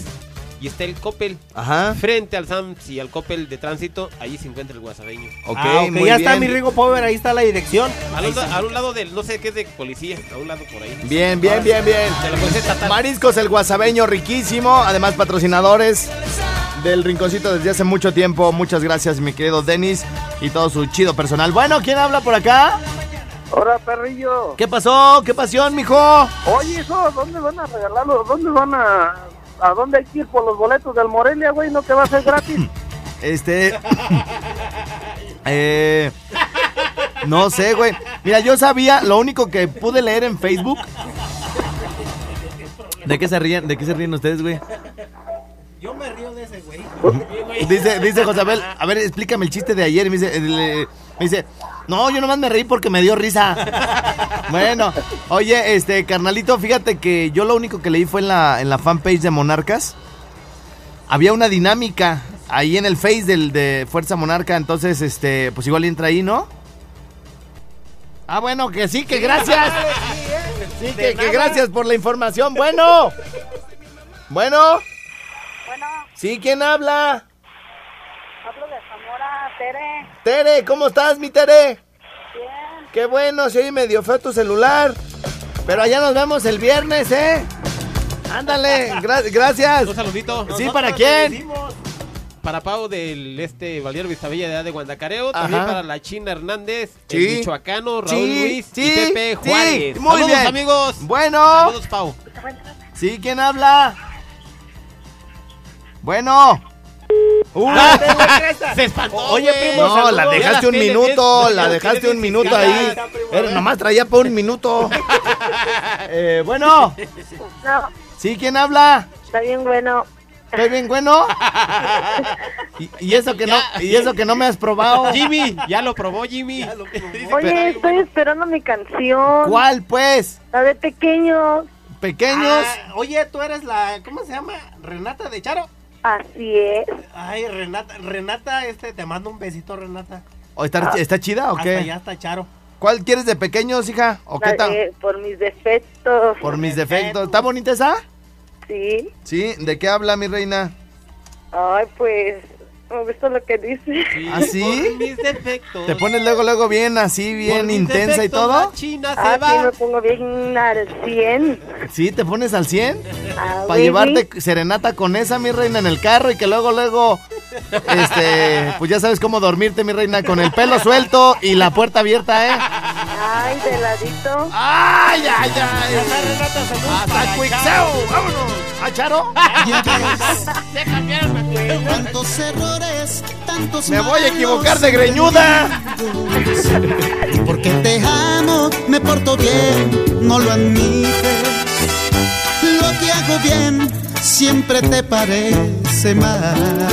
Speaker 3: y está el Coppel.
Speaker 2: Ajá.
Speaker 3: Frente al Sams y al Coppel de tránsito, ahí se encuentra el guasabeño.
Speaker 2: Ok, Ah,
Speaker 7: Ah, ok,
Speaker 2: muy
Speaker 7: ya está
Speaker 2: bien.
Speaker 7: mi Rigo Power, ahí está la dirección.
Speaker 3: Al otro- A, un lado del, no sé qué es de policía, a un lado por ahí.
Speaker 2: Bien, bien, bien, bien.
Speaker 3: De la policía estatal.
Speaker 2: Mariscos el Guasabeño, riquísimo. Además, patrocinadores del Rinconcito desde hace mucho tiempo. Muchas gracias, mi querido Denis y todo su chido personal. Bueno, ¿quién habla por acá?
Speaker 4: Hola, perrillo.
Speaker 2: ¿Qué pasó? ¿Qué pasión, mijo?
Speaker 4: Oye, hijo, ¿dónde van a regalarlo? ¿Dónde van a... ¿A dónde hay que ir por los boletos del Morelia, güey? ¿No te va a ser gratis?
Speaker 2: Este. eh, no sé, güey. Mira, yo sabía, lo único que pude leer en Facebook. ¿De qué se ríen? ¿De qué se ríen ustedes, güey?
Speaker 5: Yo me río de ese güey.
Speaker 2: Dice, dice Josabel, a ver, explícame el chiste de ayer. Y me dice, le- me dice, no, yo nomás me reí porque me dio risa. Bueno, oye, este, carnalito, fíjate que yo lo único que leí fue en la, en la fanpage de Monarcas. Había una dinámica ahí en el face del, de Fuerza Monarca, entonces, este, pues igual entra ahí, ¿no? Ah, bueno, que sí, que gracias. [laughs] Sí, ¿eh? que, que gracias por la información. Bueno. Bueno. Sí, ¿quién habla?
Speaker 9: Hablo de Zamora, Tere.
Speaker 2: Tere, ¿cómo estás, mi Tere?
Speaker 9: Bien.
Speaker 2: Qué bueno, sí, medio feo tu celular. Pero allá nos vemos el viernes, ¿eh? Ándale, gra- gracias.
Speaker 3: Un saludito.
Speaker 2: Sí, ¿para
Speaker 3: Nosotros
Speaker 2: quién?
Speaker 3: le decimos Para Pau del este Valier Vistabella de edad de Guandacareo, también
Speaker 2: Ajá.
Speaker 3: para la China Hernández,
Speaker 2: Sí.
Speaker 3: el Michoacano, Raúl
Speaker 2: Sí,
Speaker 3: Luis
Speaker 2: sí,
Speaker 3: y Pepe
Speaker 2: sí.
Speaker 3: Juárez.
Speaker 2: Muy
Speaker 3: Saludos,
Speaker 2: bien. Oh.
Speaker 3: amigos.
Speaker 2: Bueno.
Speaker 3: Saludos, Pau.
Speaker 2: Sí, ¿quién habla? Bueno. Uh,
Speaker 3: Se espantó.
Speaker 2: Oye, primo, no,
Speaker 3: saludos.
Speaker 2: la
Speaker 3: Ya
Speaker 2: dejaste
Speaker 3: las
Speaker 2: un
Speaker 3: tiene
Speaker 2: minuto,
Speaker 3: bien- ya
Speaker 2: la
Speaker 3: las
Speaker 2: dejaste
Speaker 3: tiene
Speaker 2: un minuto ahí.
Speaker 3: identificadas.
Speaker 2: Era, nomás traía para un minuto. Eh, bueno,
Speaker 10: No,
Speaker 2: ¿sí quién habla?
Speaker 10: está bien bueno.
Speaker 2: ¿Estoy
Speaker 3: [laughs]
Speaker 2: bien bueno? Y, y eso que no, y eso que no me has probado.
Speaker 3: Jimmy, ya lo probó Jimmy. [laughs]
Speaker 10: Oye, estoy esperando mi canción.
Speaker 2: ¿Cuál, pues?
Speaker 10: La de pequeños.
Speaker 2: Pequeños.
Speaker 5: Ah, oye, tú eres la, ¿cómo se llama? Renata de Charo.
Speaker 10: Así es.
Speaker 5: Ay, Renata, Renata, este, te mando un besito, Renata.
Speaker 2: ¿O está, está chida o
Speaker 5: Hasta allá
Speaker 2: qué?
Speaker 5: está Charo.
Speaker 2: ¿Cuál quieres de pequeños, hija? ¿O
Speaker 11: Eh,
Speaker 2: qué
Speaker 10: La
Speaker 2: tal?
Speaker 10: de por mis defectos.
Speaker 2: Por mis defectos. ¿Está bonita esa?
Speaker 10: Sí.
Speaker 2: Sí, ¿de qué habla mi reina?
Speaker 10: Ay, pues, me gusta lo que dice.
Speaker 2: ¿Ah, sí?
Speaker 3: Mis defectos.
Speaker 2: ¿Te pones luego, luego bien así, bien
Speaker 3: mis
Speaker 2: intensa y
Speaker 3: defectos,
Speaker 2: todo?
Speaker 3: la China se
Speaker 10: Ah, sí,
Speaker 3: va.
Speaker 10: me pongo bien al 100.
Speaker 2: Sí, ¿te pones al 100?
Speaker 10: Ah,
Speaker 2: Para
Speaker 10: baby.
Speaker 2: llevarte serenata con esa, mi reina, en el carro y que luego, luego, este, pues ya sabes cómo dormirte, mi reina, con el pelo suelto y la puerta abierta, ¿eh?
Speaker 10: Ay, de ladito.
Speaker 2: ¡Ay, ay, ay! Ah, ¡Hasta Cuixao! ¡Vámonos! ¿A Charo?
Speaker 11: Tantos errores, tantos
Speaker 2: Me voy a
Speaker 11: malos
Speaker 2: equivocar de greñuda.
Speaker 11: recuerdos. Porque te amo, este me porto bien, no lo admites. Lo que hago bien siempre te parece mal.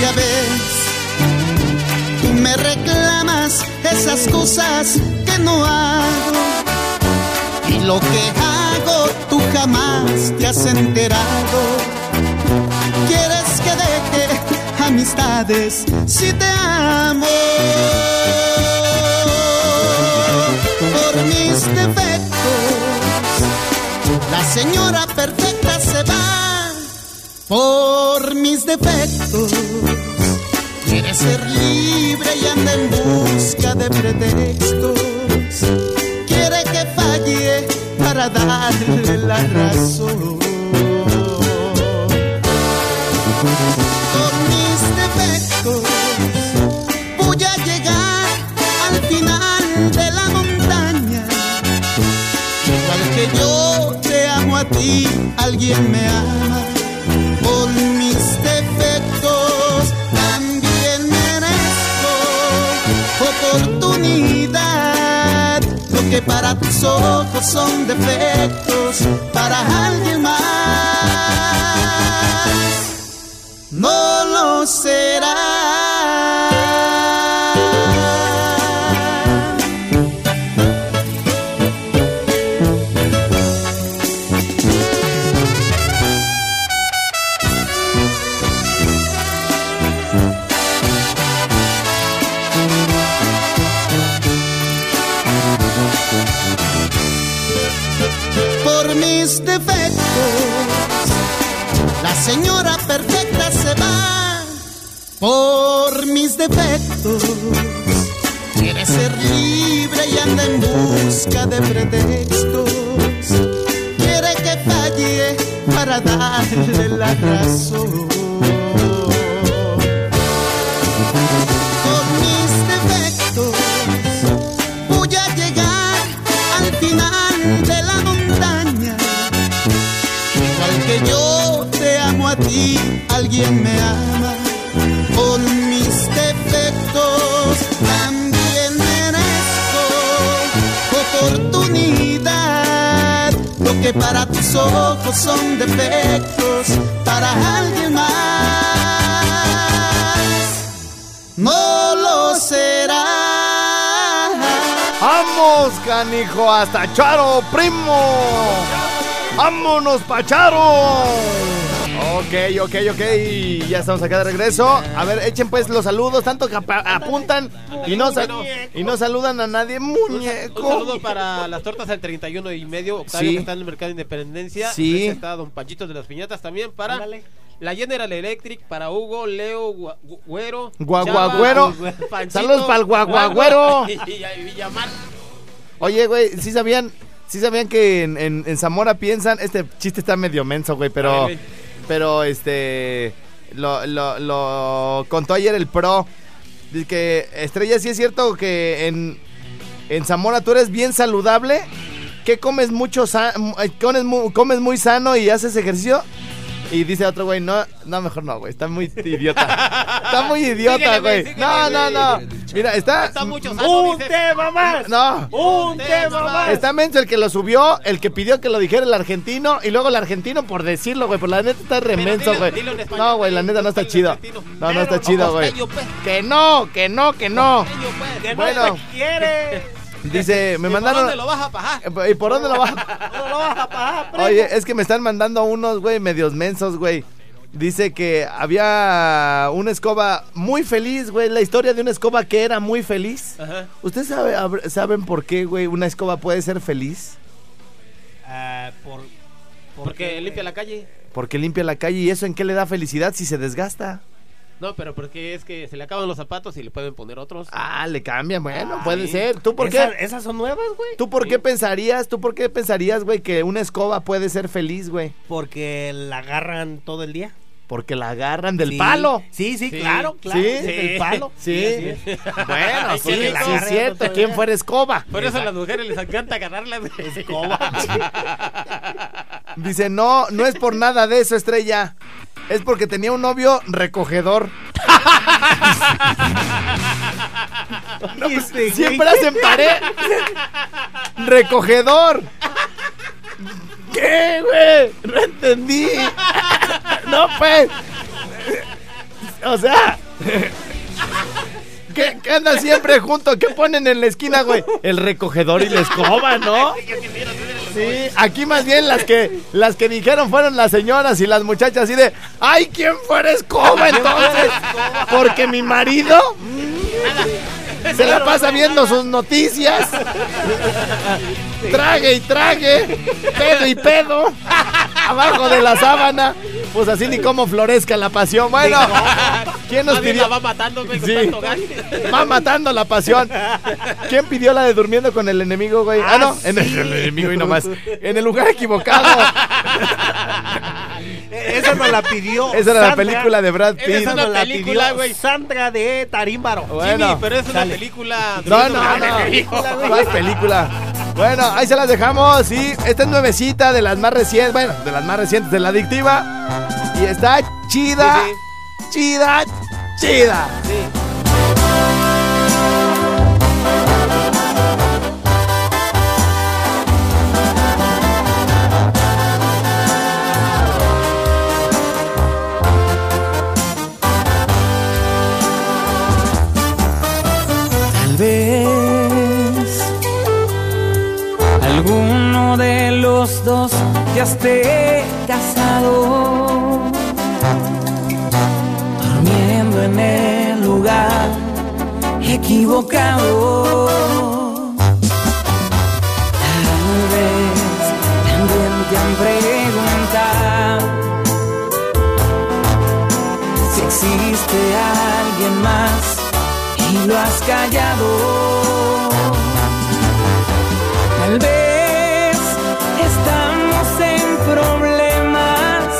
Speaker 11: Ya ves, tú me reclamas esas cosas que no hago. Y lo que hago tú jamás te has enterado. Quieres que deje amistades si te amo. Por mis defectos, la señora perfecta se va. Por mis defectos, quieres ser libre y anda en busca de pretextos quiere que falle para darle la razón. Con mis defectos voy a llegar al final de la montaña. Igual que yo te amo a ti, alguien me ama. Con mis defectos también merezco oportunidad. Lo que para tus ojos son defectos, para alguien más no lo será. por mis defectos. La señora perfecta se va por mis defectos. Quiere ser libre y anda en busca de pretextos. Quiere que falle para darle la razón. Por que para tus ojos son defectos, para alguien más no lo será.
Speaker 2: ¡Vamos, canijo! ¡Hasta Charo, primo! ¡Vámonos, Pacharo! Ok, ok, ok. Ya estamos acá de regreso. A ver, echen pues los saludos, tanto que apa- apuntan y no, sa- y no saludan a nadie.
Speaker 3: Un
Speaker 2: ¡Muñeco!
Speaker 3: saludo para las tortas al 31 y medio, Octavio,
Speaker 2: Sí.
Speaker 3: que está en el Mercado de Independencia.
Speaker 2: Sí.
Speaker 3: Después Está Don Panchito de las Piñatas también para la General Electric, para Hugo, Leo, Gua- Gu- Güero.
Speaker 2: Guaguagüero.
Speaker 3: Chava, Gu- Panchito,
Speaker 2: Saludos para el guaguagüero.
Speaker 3: [laughs] Y, y- y Villamar.
Speaker 2: Oye, güey, ¿sí sabían, sí sabían que en, en- en Zamora piensan, este chiste está medio menso, güey, pero,
Speaker 3: A ver, güey.
Speaker 2: pero este, lo, lo- lo contó ayer el pro. Dice que, Estrella, sí es cierto que en, en Zamora tú eres bien saludable, que comes mucho, sa- eh, comes, mu- comes muy sano y haces ejercicio. Y dice otro güey, no, no, mejor no, güey, está muy idiota. Está
Speaker 3: [laughs]
Speaker 2: muy idiota,
Speaker 3: Síguele, güey,
Speaker 2: güey. No, no,
Speaker 3: síguele,
Speaker 2: no. Mira, está...
Speaker 3: Está mucho sano, dice.
Speaker 7: tema más!
Speaker 2: No.
Speaker 7: ¡Un tema más!
Speaker 2: Está menso el que lo subió, el que pidió que lo dijera el argentino y luego el argentino por decirlo, güey. Pues la neta está remenso, güey. No, güey, la neta no está chido. No, no está chido, güey. Que no, que no, que no.
Speaker 7: Que no
Speaker 2: Bueno,
Speaker 7: te quiere.
Speaker 2: dice, me
Speaker 3: ¿Por dónde
Speaker 2: mandaron. Eh,
Speaker 3: lo vas a pagar?
Speaker 2: ¿Y por dónde lo baja?
Speaker 7: No lo vas a pagar, primo.
Speaker 2: Oye, es que me están mandando unos, güey, medios mensos, güey. Dice que había una escoba muy feliz, güey. La historia de una escoba que era muy feliz.
Speaker 3: Ajá.
Speaker 2: ¿Ustedes sabe- ab- saben por qué, güey, una escoba puede ser feliz?
Speaker 3: Eh,
Speaker 7: Ah, por,
Speaker 3: Porque limpia la calle.
Speaker 2: Porque limpia la calle y eso en qué le da felicidad si se desgasta.
Speaker 3: No, pero porque es que se le acaban los zapatos y le pueden poner otros.
Speaker 2: Ah, le cambian, bueno,
Speaker 3: Ah,
Speaker 2: puede
Speaker 3: sí.
Speaker 2: ser. ¿Tú por
Speaker 7: Esa-
Speaker 2: qué?
Speaker 7: esas son nuevas, güey.
Speaker 2: ¿Tú por qué pensarías, tú por qué pensarías, güey, que una escoba puede ser feliz, güey?
Speaker 7: Porque la agarran todo el día.
Speaker 2: Porque la agarran del
Speaker 7: Sí.
Speaker 2: palo.
Speaker 7: Sí, sí, claro, claro.
Speaker 2: ¿Sí?
Speaker 7: es Del palo.
Speaker 2: Sí.
Speaker 7: así es.
Speaker 2: Bueno,
Speaker 7: [laughs]
Speaker 3: Ay,
Speaker 2: sí,
Speaker 3: sí, la
Speaker 2: sí es
Speaker 3: agarran
Speaker 2: cierto.
Speaker 3: todavía.
Speaker 2: ¿Quién fuera escoba?
Speaker 3: Por eso a las mujeres les encanta agarrar la [laughs] escoba.
Speaker 2: Dice, no, no es por nada de eso, estrella. Es porque tenía un novio recogedor. [laughs] No, pues, siempre hacen pared. Recogedor. ¿Qué, güey? No entendí. [laughs] No, pues. O sea. ¿Qué, qué andan siempre juntos? ¿Qué ponen en la esquina, güey? El recogedor y la escoba, ¿no? Sí, aquí más bien las que las que dijeron fueron las señoras y las muchachas así de, ay, ¿quién fuera escoba entonces? Porque mi marido mm, se la pasa viendo sus noticias, trague y trague, pedo y pedo, abajo de la sábana, pues así ni como florezca la pasión. Bueno, ¿quién nos
Speaker 3: Más bien la
Speaker 2: pidió?
Speaker 3: va matando, güey, con
Speaker 2: Sí.
Speaker 3: tanto gas.
Speaker 2: Va matando la pasión. ¿Quién pidió la de durmiendo con el enemigo, güey? Ah, no, en el, el enemigo y nomás. En el lugar equivocado.
Speaker 7: Esa nos la pidió.
Speaker 2: Esa era la
Speaker 7: Sandra.
Speaker 2: película de Brad Esa Pitt. es
Speaker 7: Esa
Speaker 2: una
Speaker 7: nos la
Speaker 2: película,
Speaker 7: pidió
Speaker 2: güey.
Speaker 7: Sandra de Tarímbaro.
Speaker 2: Bueno. Jimmy, pero es una
Speaker 7: Dale.
Speaker 3: película.
Speaker 2: No, no,
Speaker 3: [laughs]
Speaker 2: no. ¿Cuál película? Bueno, ahí se las dejamos. Y esta es nuevecita de las más recientes. Bueno, de las más recientes, de la adictiva. Y está chida, chida, chida.
Speaker 12: Tal vez alguno de los dos ya esté casado, durmiendo en el lugar equivocado. Tal vez también te han preguntado si existe alguien más y lo has callado. Tal vez estamos en problemas.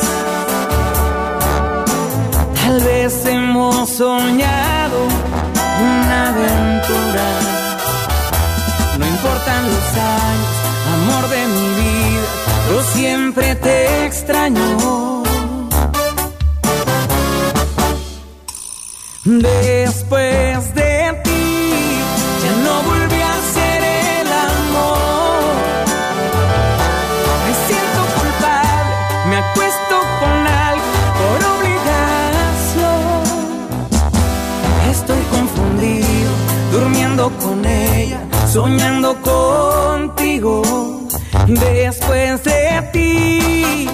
Speaker 12: Tal vez hemos soñado una aventura. No importan los años, amor de mi vida, yo siempre te extraño. Después de ti ya no volví a ser el amor. Me siento Estoy confundido, durmiendo con ella, soñando contigo. Después de ti,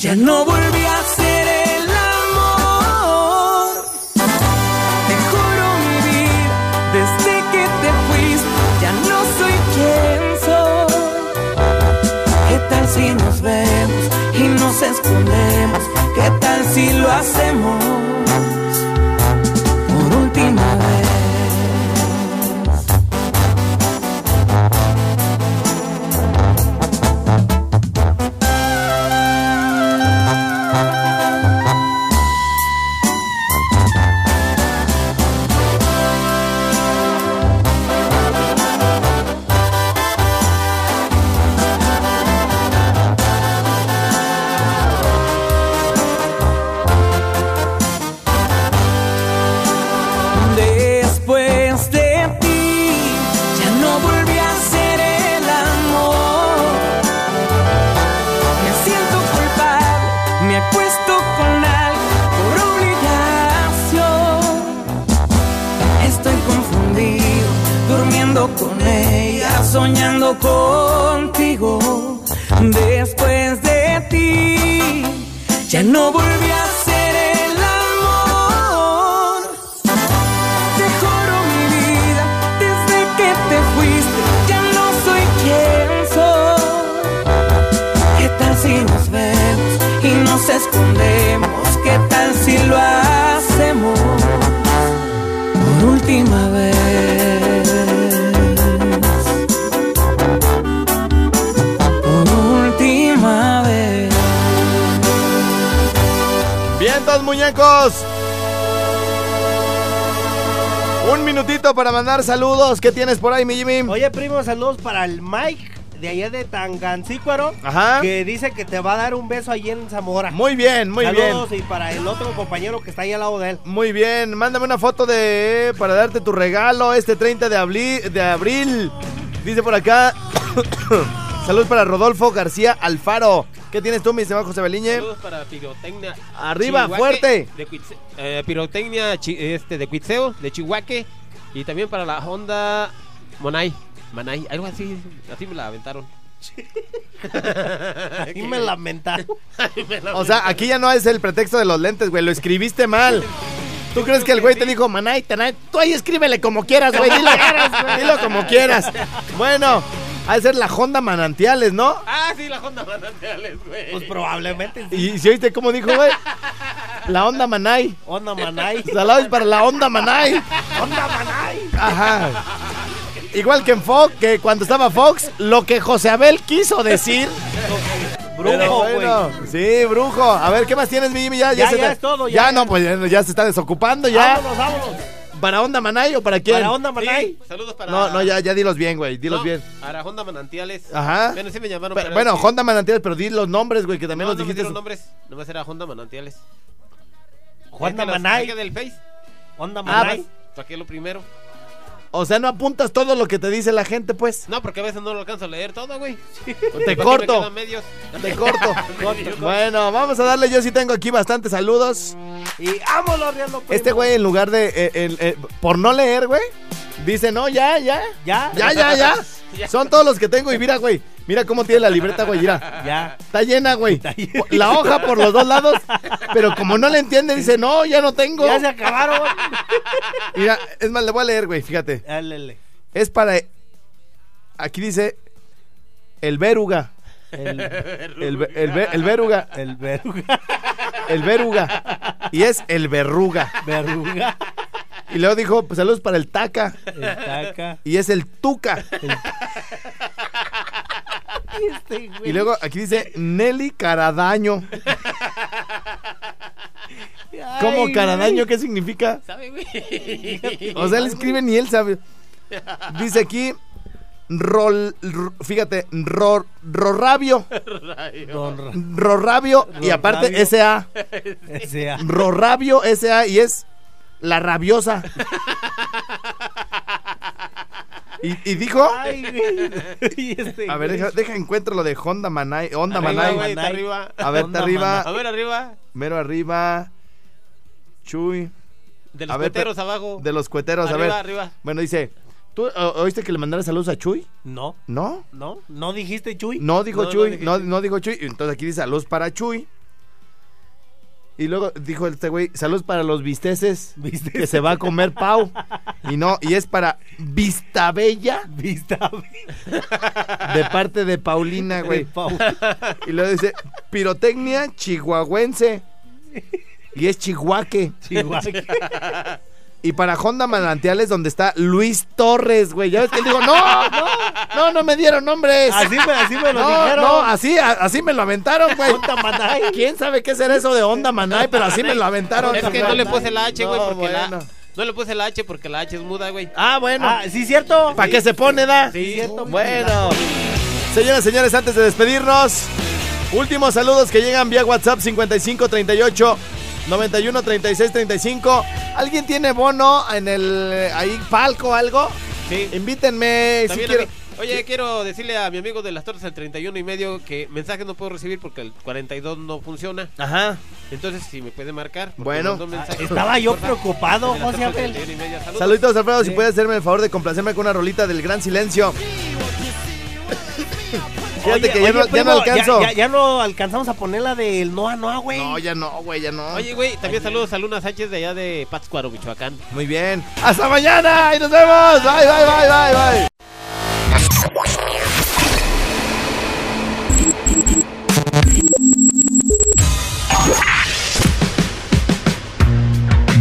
Speaker 12: ya no volví a ser el amor. Te juro mi vida, desde que te fuiste, ya no soy quien soy. ¿Qué tal si nos vemos y nos escondemos? ¿Qué tal si lo hacemos? Por última vez. Después de ti, ya no volví a ser el amor. Me siento culpable, me acuesto con algo por obligación. Estoy confundido, durmiendo con ella, soñando contigo. Después de ti, ya no volví a ser el amor. Te juro mi vida, desde que te fuiste, ya no soy quien soy. ¿Qué tal si nos vemos y nos escondemos? ¿Qué tal si lo hacemos por última vez? Por última vez.
Speaker 2: ¡Vientos, muñecos! Un minutito para mandar saludos. ¿Qué tienes por ahí, mi Jimmy?
Speaker 7: Oye, primo, saludos para el Mike de allá de Tangancícuaro.
Speaker 2: Ajá.
Speaker 7: Que dice que te va a dar un beso allí en Zamora.
Speaker 2: Muy bien, muy bien.
Speaker 7: Saludos y para el otro compañero que está ahí al lado de él.
Speaker 2: Muy bien, mándame una foto de para darte tu regalo este 30 de, abli- de abril. Dice por acá. [coughs] Salud para Rodolfo García Alfaro. ¿Qué tienes tú, mi estimado José Beliñe?
Speaker 3: Saludos para Pirotecnia.
Speaker 2: Arriba,
Speaker 3: Chihuaque,
Speaker 2: fuerte.
Speaker 3: de Cuitze- eh, pirotecnia Chi- este, de Cuitseo, de Chihuahua. Y también para la Honda Monay. Manay, algo así. Así me la
Speaker 7: [laughs]
Speaker 3: aventaron. [laughs]
Speaker 7: Así me lamentaron.
Speaker 2: O sea, aquí ya no es el pretexto de los lentes, güey. Lo escribiste mal. ¿Tú crees que el güey te dijo, Manay, Tanay? Tú ahí escríbele como quieras, güey. Dilo, dilo como quieras. Bueno, ha de ser la Honda Manantiales, ¿no?
Speaker 3: Ah, sí, la Honda Manantiales, güey.
Speaker 7: Pues probablemente.
Speaker 2: Y si oíste cómo dijo, güey. La onda Manay.
Speaker 7: Onda Manay.
Speaker 2: Saludos para la onda Manay. Onda Manay. Ajá. Igual que en Fox, que cuando estaba Fox, lo que José Abel quiso decir. Pero
Speaker 7: Brujo, güey.
Speaker 2: bueno, Sí, brujo. A ver, ¿qué más tienes, mi Jimmy? Ya,
Speaker 7: Ya,
Speaker 2: se
Speaker 7: ya
Speaker 2: te-
Speaker 7: es todo,
Speaker 2: Ya,
Speaker 7: ya.
Speaker 2: no, pues ya, ya se está desocupando ya.
Speaker 7: Vámonos, vámonos.
Speaker 2: ¿Para onda Manay o para quién?
Speaker 7: Para onda Manay.
Speaker 3: Sí, [laughs] saludos para.
Speaker 2: No, no, ya, ya dilos bien, güey. Dilos
Speaker 3: No,
Speaker 2: bien.
Speaker 3: Para Honda Manantiales.
Speaker 2: Ajá.
Speaker 3: Bueno, sí me llamaron.
Speaker 2: Pe-
Speaker 3: pero
Speaker 2: bueno,
Speaker 3: es que-
Speaker 2: Honda Manantiales, pero di los nombres, güey, que también
Speaker 3: No,
Speaker 2: los
Speaker 3: no me
Speaker 2: dijiste.
Speaker 3: dieron nombres. Nomás era Honda Manantiales.
Speaker 7: Honda pues.
Speaker 3: Es que los
Speaker 7: Manay.
Speaker 3: saqué del Face.
Speaker 7: Onda
Speaker 2: Ah,
Speaker 7: Manay.
Speaker 3: Saqué lo primero.
Speaker 2: O sea, no apuntas todo lo que te dice la gente, pues.
Speaker 3: No, porque a veces no lo alcanzo a leer todo, güey.
Speaker 2: Te
Speaker 3: Aquí
Speaker 2: corto.
Speaker 3: me quedan medios.
Speaker 2: Te
Speaker 7: [laughs]
Speaker 2: corto.
Speaker 3: [laughs] Medios.
Speaker 2: Bueno, vamos a darle. Yo sí tengo aquí bastantes saludos.
Speaker 7: Y vámonos, Riendo.
Speaker 2: Este güey, en lugar de. eh, el- eh, por no leer, güey, dice: No, ya, ya.
Speaker 7: Ya.
Speaker 2: Ya, ya,
Speaker 7: [laughs]
Speaker 2: ya. Son todos los que tengo. Y mira, güey. Mira cómo tiene la libreta, güey. Mira.
Speaker 7: Ya.
Speaker 2: Está llena, güey. La hoja por los dos lados. Pero como no le entiende, dice: No, ya no tengo.
Speaker 7: Ya se acabaron.
Speaker 2: Mira, es más, le voy a leer, güey. Fíjate.
Speaker 7: Dale.
Speaker 2: Es para. Aquí dice. El Veruga.
Speaker 7: El-
Speaker 2: El, ve- el, ve- el veruga.
Speaker 7: El veruga.
Speaker 2: El veruga. Y es el verruga.
Speaker 7: Verruga.
Speaker 2: Y luego dijo, pues, saludos para el taca.
Speaker 7: El taca.
Speaker 2: Y es el tuca.
Speaker 7: Este güey.
Speaker 2: Y luego aquí dice Nelly Caradaño. ¿Cómo
Speaker 7: Ay,
Speaker 2: Caradaño?
Speaker 7: güey.
Speaker 2: ¿Qué significa?
Speaker 3: [laughs] ¿Sabe, güey?
Speaker 2: O sea, él escribe ni él sabe. Dice aquí, rol, r- fíjate, ror, rorrabio.
Speaker 7: Don
Speaker 2: Rorrabio y aparte
Speaker 7: Rorrabio.
Speaker 2: S.A.
Speaker 3: este,
Speaker 7: S.A..
Speaker 2: Rorrabio S.A. y es la rabiosa. Y, y dijo...
Speaker 7: Ay, güey. Y este
Speaker 2: A ver,
Speaker 7: güey.
Speaker 2: deja, deja encuentro lo de Honda Manay. Honda
Speaker 3: Arriba,
Speaker 2: Manay.
Speaker 3: güey, está arriba.
Speaker 2: A ver, está
Speaker 7: Honda
Speaker 2: arriba.
Speaker 3: A ver, arriba.
Speaker 2: Mero arriba. Chuy.
Speaker 3: De los
Speaker 2: A ver,
Speaker 3: cueteros
Speaker 2: pe-
Speaker 3: abajo.
Speaker 2: De los cueteros,
Speaker 3: Arriba,
Speaker 2: a ver.
Speaker 3: arriba.
Speaker 2: Bueno, dice, ¿tú o- oíste que le mandara saludos a Chuy?
Speaker 7: No.
Speaker 2: ¿No?
Speaker 7: ¿No? ¿No dijiste Chuy?
Speaker 2: No dijo
Speaker 7: no
Speaker 2: Chuy,
Speaker 7: dije-
Speaker 2: no, no dijo Chuy. Entonces aquí dice saludos para Chuy. Y luego dijo este güey, saludos para los visteces que se va a comer Pau. Y no, y es para [laughs] Vistabella. De parte de Paulina, güey. Y luego dice, pirotecnia chihuahuense. Y es chihuaque.
Speaker 7: Chihuaque.
Speaker 2: Y para Honda Manantiales, donde está Luis Torres, güey. Ya ves que él dijo, no, no, no, no me dieron nombres.
Speaker 7: Así me- así me lo
Speaker 2: No,
Speaker 7: dijeron.
Speaker 2: No, así, a- así me lo aventaron, güey. ¿Quién sabe qué será eso de Honda Manay? Pero así me lo aventaron.
Speaker 3: Es que no le puse la H, güey,
Speaker 2: No,
Speaker 3: porque la-
Speaker 2: bueno.
Speaker 3: No le puse la H porque la H es muda, güey.
Speaker 2: Ah, bueno.
Speaker 3: Ah,
Speaker 2: sí, cierto. ¿Para qué se pone, da?
Speaker 3: Sí, cierto.
Speaker 2: Bueno. Señoras, señores, antes de despedirnos, últimos saludos que llegan vía WhatsApp 55 38 91 36 35. ¿Alguien tiene bono en el eh, ahí palco o algo?
Speaker 3: Sí.
Speaker 2: Invítenme si
Speaker 3: También a
Speaker 2: quiero.
Speaker 3: mí. Oye, quiero decirle a mi amigo de las tortas al 31 y medio que mensajes no puedo recibir porque el 42 no funciona.
Speaker 2: Ajá.
Speaker 3: Entonces, si me puede marcar. porque
Speaker 2: Bueno. Ah,
Speaker 3: mandó mensaje.
Speaker 7: Ah, Estaba yo
Speaker 3: Porfa.
Speaker 7: preocupado,
Speaker 3: De las
Speaker 7: José
Speaker 3: tortas del
Speaker 7: Abel.
Speaker 3: 31 y medio. Saludos.
Speaker 2: Saluditos, Alfredo, si puedes hacerme el favor de complacerme con una rolita del gran
Speaker 7: [laughs]
Speaker 2: silencio. Fíjate
Speaker 7: Oye,
Speaker 2: que ya, no,
Speaker 7: oye,
Speaker 2: ya no
Speaker 7: primo,
Speaker 2: alcanzo.
Speaker 7: Ya, ya- ya no alcanzamos a poner la del Noa Noa, güey. No,
Speaker 2: ya no, güey, ya no.
Speaker 3: Oye, güey, también saludos a Luna Sánchez de allá de Pátzcuaro, Michoacán.
Speaker 2: Muy bien. Hasta mañana y nos vemos. Bye, bye, bye, bye, bye.